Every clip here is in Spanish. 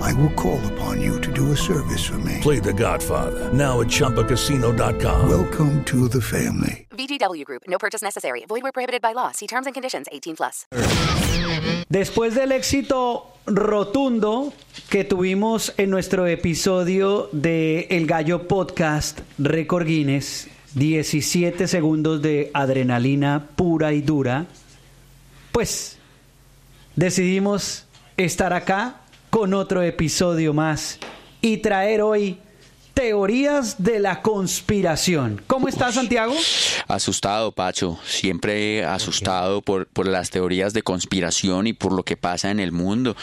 I will call upon you to do a service for me. Play The Godfather now at ChumbaCasino.com. Welcome to the family. VGW Group. No purchase necessary. Void where prohibited by law. See terms and conditions. 18 plus. Después del éxito rotundo que tuvimos en nuestro episodio de El Gallo Podcast Record Guinness, 17 segundos de adrenalina pura y dura, pues decidimos estar acá con otro episodio más y traer hoy teorías de la conspiración. ¿Cómo estás, Santiago? Asustado, Pacho. Siempre asustado por, por las teorías de conspiración y por lo que pasa en el mundo.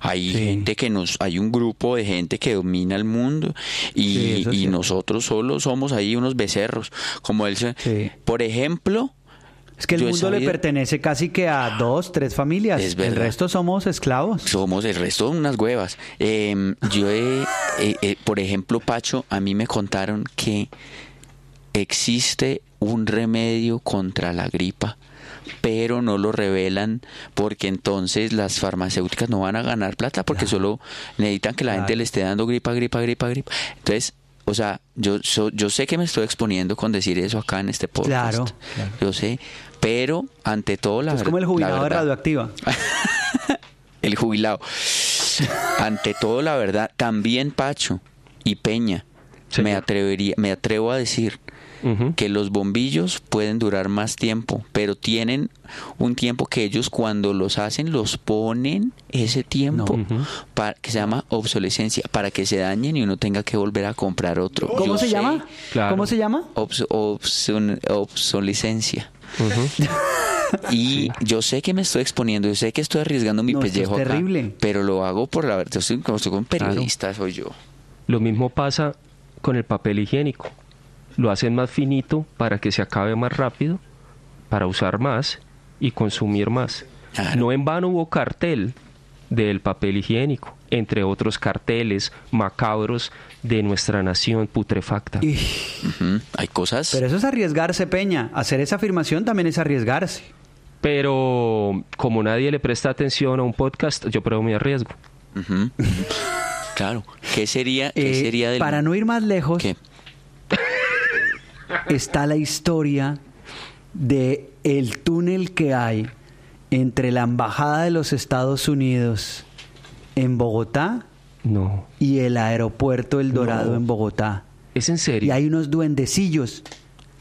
Hay gente que nos, hay un grupo de gente que domina el mundo y, Sí, eso es y cierto. nosotros solo somos ahí unos becerros. Como él se- Sí. por ejemplo, Es que el Yo he mundo le sabido- pertenece casi que a dos, tres familias. Es el verdad. resto somos esclavos. somos el resto unas huevas. Eh, yo he- eh, eh, por ejemplo, Pacho, a mí me contaron que existe un remedio contra la gripa, pero no lo revelan porque entonces las farmacéuticas no van a ganar plata porque solo necesitan que la gente le esté dando gripa, gripa, gripa, gripa. Entonces, o sea, yo, so- yo sé que me estoy exponiendo con decir eso acá en este podcast. Claro, claro. Yo sé, pero ante todo la Es como el ver- la jubilado de verdad- radioactiva. el jubilado. Ante todo, la verdad, también Pacho y Peña, me atrevería, me atrevo a decir que los bombillos pueden durar más tiempo, pero tienen un tiempo que ellos cuando los hacen los ponen ese tiempo para, que se llama obsolescencia para que se dañen y uno tenga que volver a comprar otro. ¿Cómo Yo se sé, llama? Claro. ¿Cómo se llama? obs- obson- obsolescencia. Y yo sé que me estoy exponiendo, yo sé que estoy arriesgando mi No, esto es pellejo acá, terrible. pero lo hago por la verdad. Yo soy como soy un periodista, soy yo. Lo mismo pasa con el papel higiénico. Lo hacen más finito para que se acabe más rápido, para usar más y consumir más. Claro. No en vano hubo cartel del papel higiénico, entre otros carteles macabros de nuestra nación putrefacta. Y- Ujú, Hay cosas. Pero eso es arriesgarse, Peña. Hacer esa afirmación también es arriesgarse. Pero como nadie le presta atención a un podcast, yo pruebo mi riesgo. ujú. Claro. ¿Qué sería, qué Eh, sería del Para no ir más lejos, ¿Qué? está la historia de el túnel que hay entre la embajada de los Estados Unidos en Bogotá No. y el aeropuerto El Dorado No. en Bogotá. Es en serio. Y hay unos duendecillos.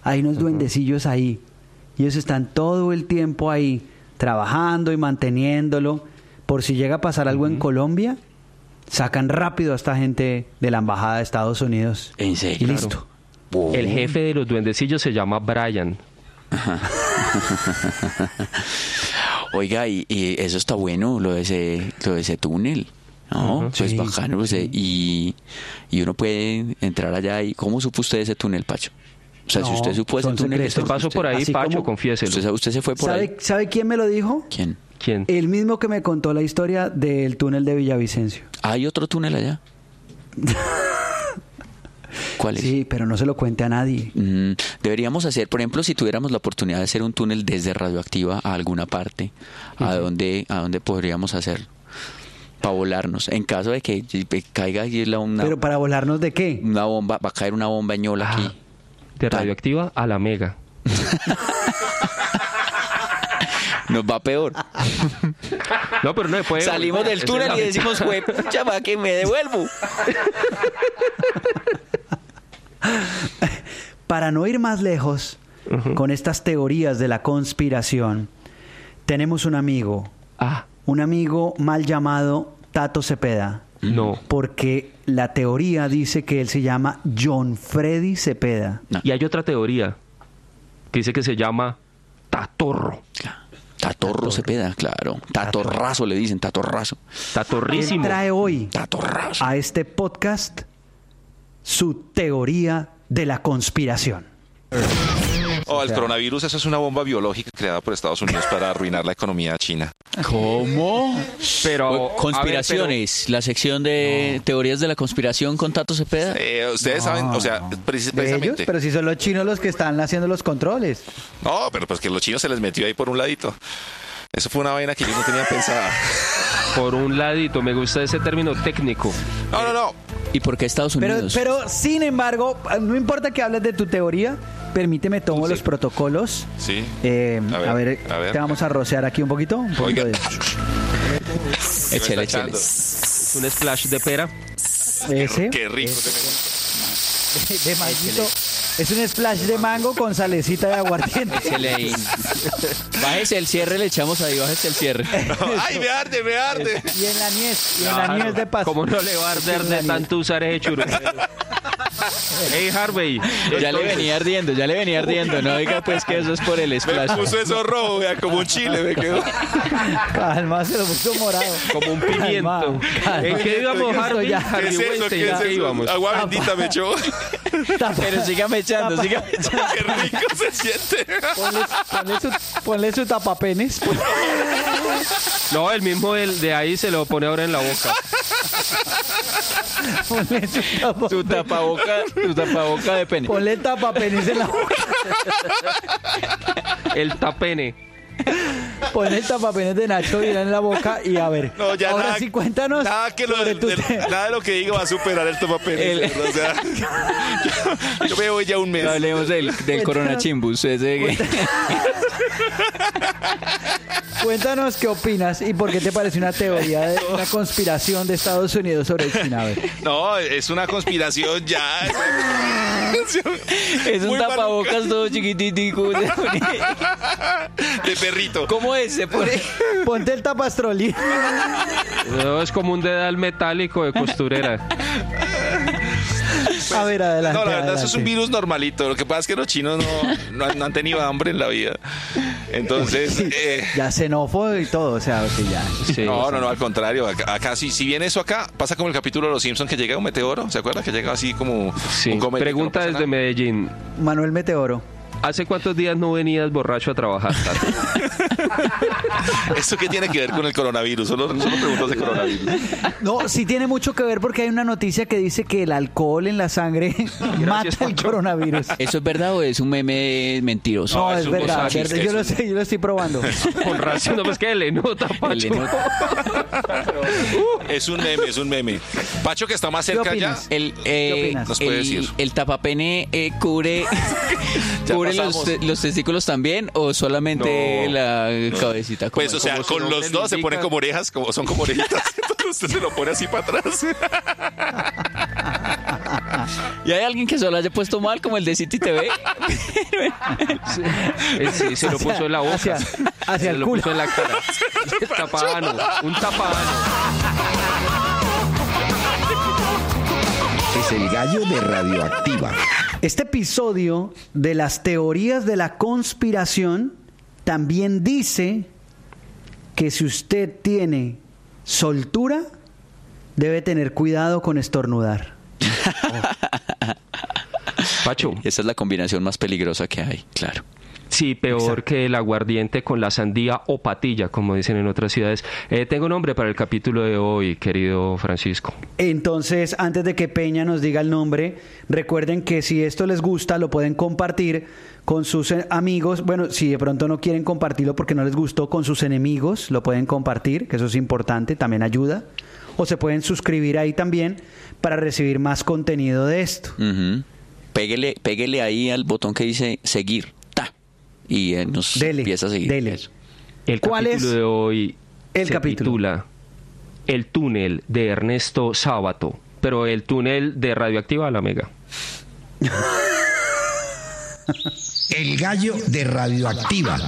Hay unos duendecillos ahí. Y ellos están todo el tiempo ahí, trabajando y manteniéndolo. Por si llega a pasar algo en Colombia, sacan rápido a esta gente de la embajada de Estados Unidos. En serio. Y listo. Wow. El jefe de los duendecillos se llama Brian. Oh, Oiga, y, y eso está bueno, lo de ese, lo de ese túnel. No, eso es bacano. pues, eh, y, y uno puede entrar allá. y ¿Cómo supo usted ese túnel, Pacho? O sea, si No, usted supo ese son túnel, secretos. es porque Paso usted- por ahí, así Pacho, como- confiéselo. Usted, usted se fue por ahí. ¿Sabe, sabe quién me lo dijo? ¿Quién? ¿Quién? El mismo que me contó la historia del túnel de Villavicencio. ¿Hay otro túnel allá? ¿Cuál es? Sí, pero no se lo cuente a nadie. Mm, deberíamos hacer, por ejemplo, si tuviéramos la oportunidad de hacer un túnel desde Radioactiva a alguna parte, ¿a, dónde, a dónde podríamos hacerlo? Para volarnos. En caso de que eh, caiga allí la- una, ¿Pero para volarnos de qué? una bomba, va a caer una bomba ñola Ah, aquí. de radioactiva a la mega. Nos va peor. No, pero no se Ah. puede. Salimos volver, del esa túnel es la y decimos, ventaja. güey, chama, que me devuelvo. Para no ir más lejos, con estas teorías de la conspiración, tenemos un amigo, Ah, un amigo mal llamado Tato Cepeda, no. porque la teoría dice que él se llama John Freddy Cepeda. Y hay otra teoría que dice que se llama tatorro. Tatorro Cepeda, claro. Tatorrazo le dicen, tatorrazo. Él Tatorrísimo. trae hoy Tatorrazo. a este podcast su teoría de la conspiración. Oh, el coronavirus, eso es una bomba biológica creada por Estados Unidos para arruinar la economía china. ¿Cómo? Pero, Conspiraciones, la sección de teorías de la conspiración con Tato Cepeda. Eh, ustedes saben, o sea, precis- De ellos, precisamente. pero si son los chinos los que están haciendo los controles. No, pero pues que los chinos se les metió ahí por un ladito. Eso fue una vaina que yo no tenía pensada. por un ladito, me gusta ese término técnico. No, no, no. ¿Y por qué Estados Pero, Unidos? pero sin embargo, no importa que hables de tu teoría, permíteme tomo los protocolos. Sí. Eh, A ver, a, ver, a ver. te vamos a rocear aquí un poquito. un poquito Oiga. de- échale, Me está échale. echando. Un splash de pera. ese, Qué rico. se de manguito. Es un splash de mango con salecita de aguardiente. Excelente. Bájese el cierre, le echamos ahí, bájese el cierre. me- Ay, me arde, me arde. Y en la niez, y en la niez de paso. Ah, ¿Cómo no le va a arder de tanto usar ese churubero? Hey Harvey, eh, Ya le entonces, venía ardiendo, ya le venía ardiendo. No diga pues que eso es por el Me splash. puso eso rojo, vea, como un chile me quedó. Calma, se lo puso morado. como un pimiento. Calma, calma. ¿En qué íbamos Esto Harvey? ya- ¿Qué Harvey es eso? Weinstein, ¿Qué ¿en es qué íbamos? eso? Agua bendita me echó. Tapa- Pero sígame echando, sígame echando. Qué rico se siente. Ponle, ponle su, ponle su tapapenes. No, el mismo del- de ahí se lo pone ahora en la boca. Ponle su tapa- Tu tapaboca, tu tapaboca de pene. ponle tapapenes en la boca. El tapene. Ponle el tapapenes de Nacho Vidal en la boca y a ver. No, ya ahora nada, sí, cuéntanos. Nada, que lo, sobre tu de- te- nada de lo que diga va a superar el El- tomapenes. O sea, yo, yo me voy ya un mes. No hablemos del, del coronachimbus. ese que- Cuéntanos qué opinas y por qué te parece una teoría de una conspiración de Estados Unidos sobre China. A ver. No, es una conspiración ya. es una conspiración Es un muy tapabocas todo chiquititico. se pone- maluca de perrito. ¿Cómo es? Se pone... Ponte el tapastrolín. No, es como un dedal metálico de costurera. A ver, adelante. Pues, No, la verdad, eso es un adelante. virus normalito. Lo que pasa es que los chinos no, no, han- no han tenido hambre en la vida. Entonces, eh, Ya xenófobo y todo, o sea, que ya. Sí. no, no, no, al contrario. Acá, acá sí, si viene eso acá, pasa como el capítulo de Los Simpsons que llega un meteoro. ¿Se acuerda? Que llega así como Sí. un cometa que no Pregunta pasa desde nada. Medellín. Manuel Meteoro. ¿Hace cuántos días no venías borracho a trabajar? Tato? ¿Esto qué tiene que ver con el coronavirus? Solo, solo preguntas de coronavirus. No, sí tiene mucho que ver porque hay una noticia que dice que el alcohol en la sangre mata el Pacho. coronavirus. ¿Eso es verdad o es un meme mentiroso? No, es es un verdad, chiste, verdad, es Yo lo un- sé, yo lo estoy probando. Con razón, no, pues que le nota, Pacho. El- Es un meme, es un meme. Pacho que está más cerca ya. opinas? El, ¿Qué eh, opinas? Nos puede el, decir. el tapapene eh, cubre, cubre los, pasamos. te- los testículos también o solamente No. la cabecita. ¿Cómo Pues, o es? sea, como su con nombre los lo dos se indica. ponen como orejas, como son como orejitas. Entonces usted se lo pone así para atrás. y hay alguien que se lo haya puesto mal, como el de City TV. Eh, sí, se lo Hacia- puso en la boca. hacia- hacia se el lo culo. puso en la cara. tapabano, un tapabano. Es el gallo de Radioactiva. Este episodio de las teorías de la conspiración también dice que si usted tiene soltura, debe tener cuidado con estornudar. Pacho, Esa es la combinación más peligrosa que hay, claro. sí, peor que el aguardiente con la sandía o patilla, como dicen en otras ciudades. Eh, tengo nombre para el capítulo de hoy, querido Francisco. Entonces, antes de que Peña nos diga el nombre, recuerden que si esto les gusta, lo pueden compartir con sus eh, amigos. Bueno, si de pronto no quieren compartirlo porque no les gustó, con sus enemigos lo pueden compartir, que eso es importante, también ayuda. O se pueden suscribir ahí también para recibir más contenido de esto. Ujú. Péguele, péguele ahí al botón que dice seguir. Ta. Y eh, nos Dele, empieza a seguir. dele. Eso. El ¿Cuál capítulo es de hoy el se capítulo? titula El túnel de Ernesto Sábato, pero el túnel de Radioactiva a la Mega. El gallo de radioactiva.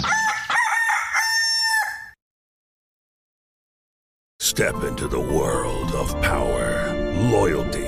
Step into the world of power, loyalty,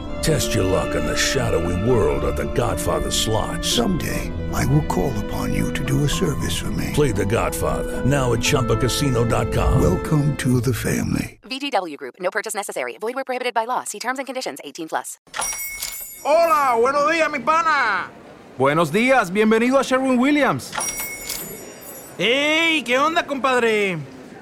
Test your luck in the shadowy world of The Godfather slot. Someday, I will call upon you to do a service for me. Play The Godfather now at ChumbaCasino.com. Welcome to the family. VGW Group. No purchase necessary. Void where prohibited by law. See terms and conditions. 18 plus. Hola, buenos días, mi pana. Buenos días, bienvenido a Sherwin Williams. ¡Ey! ¿Qué onda, compadre?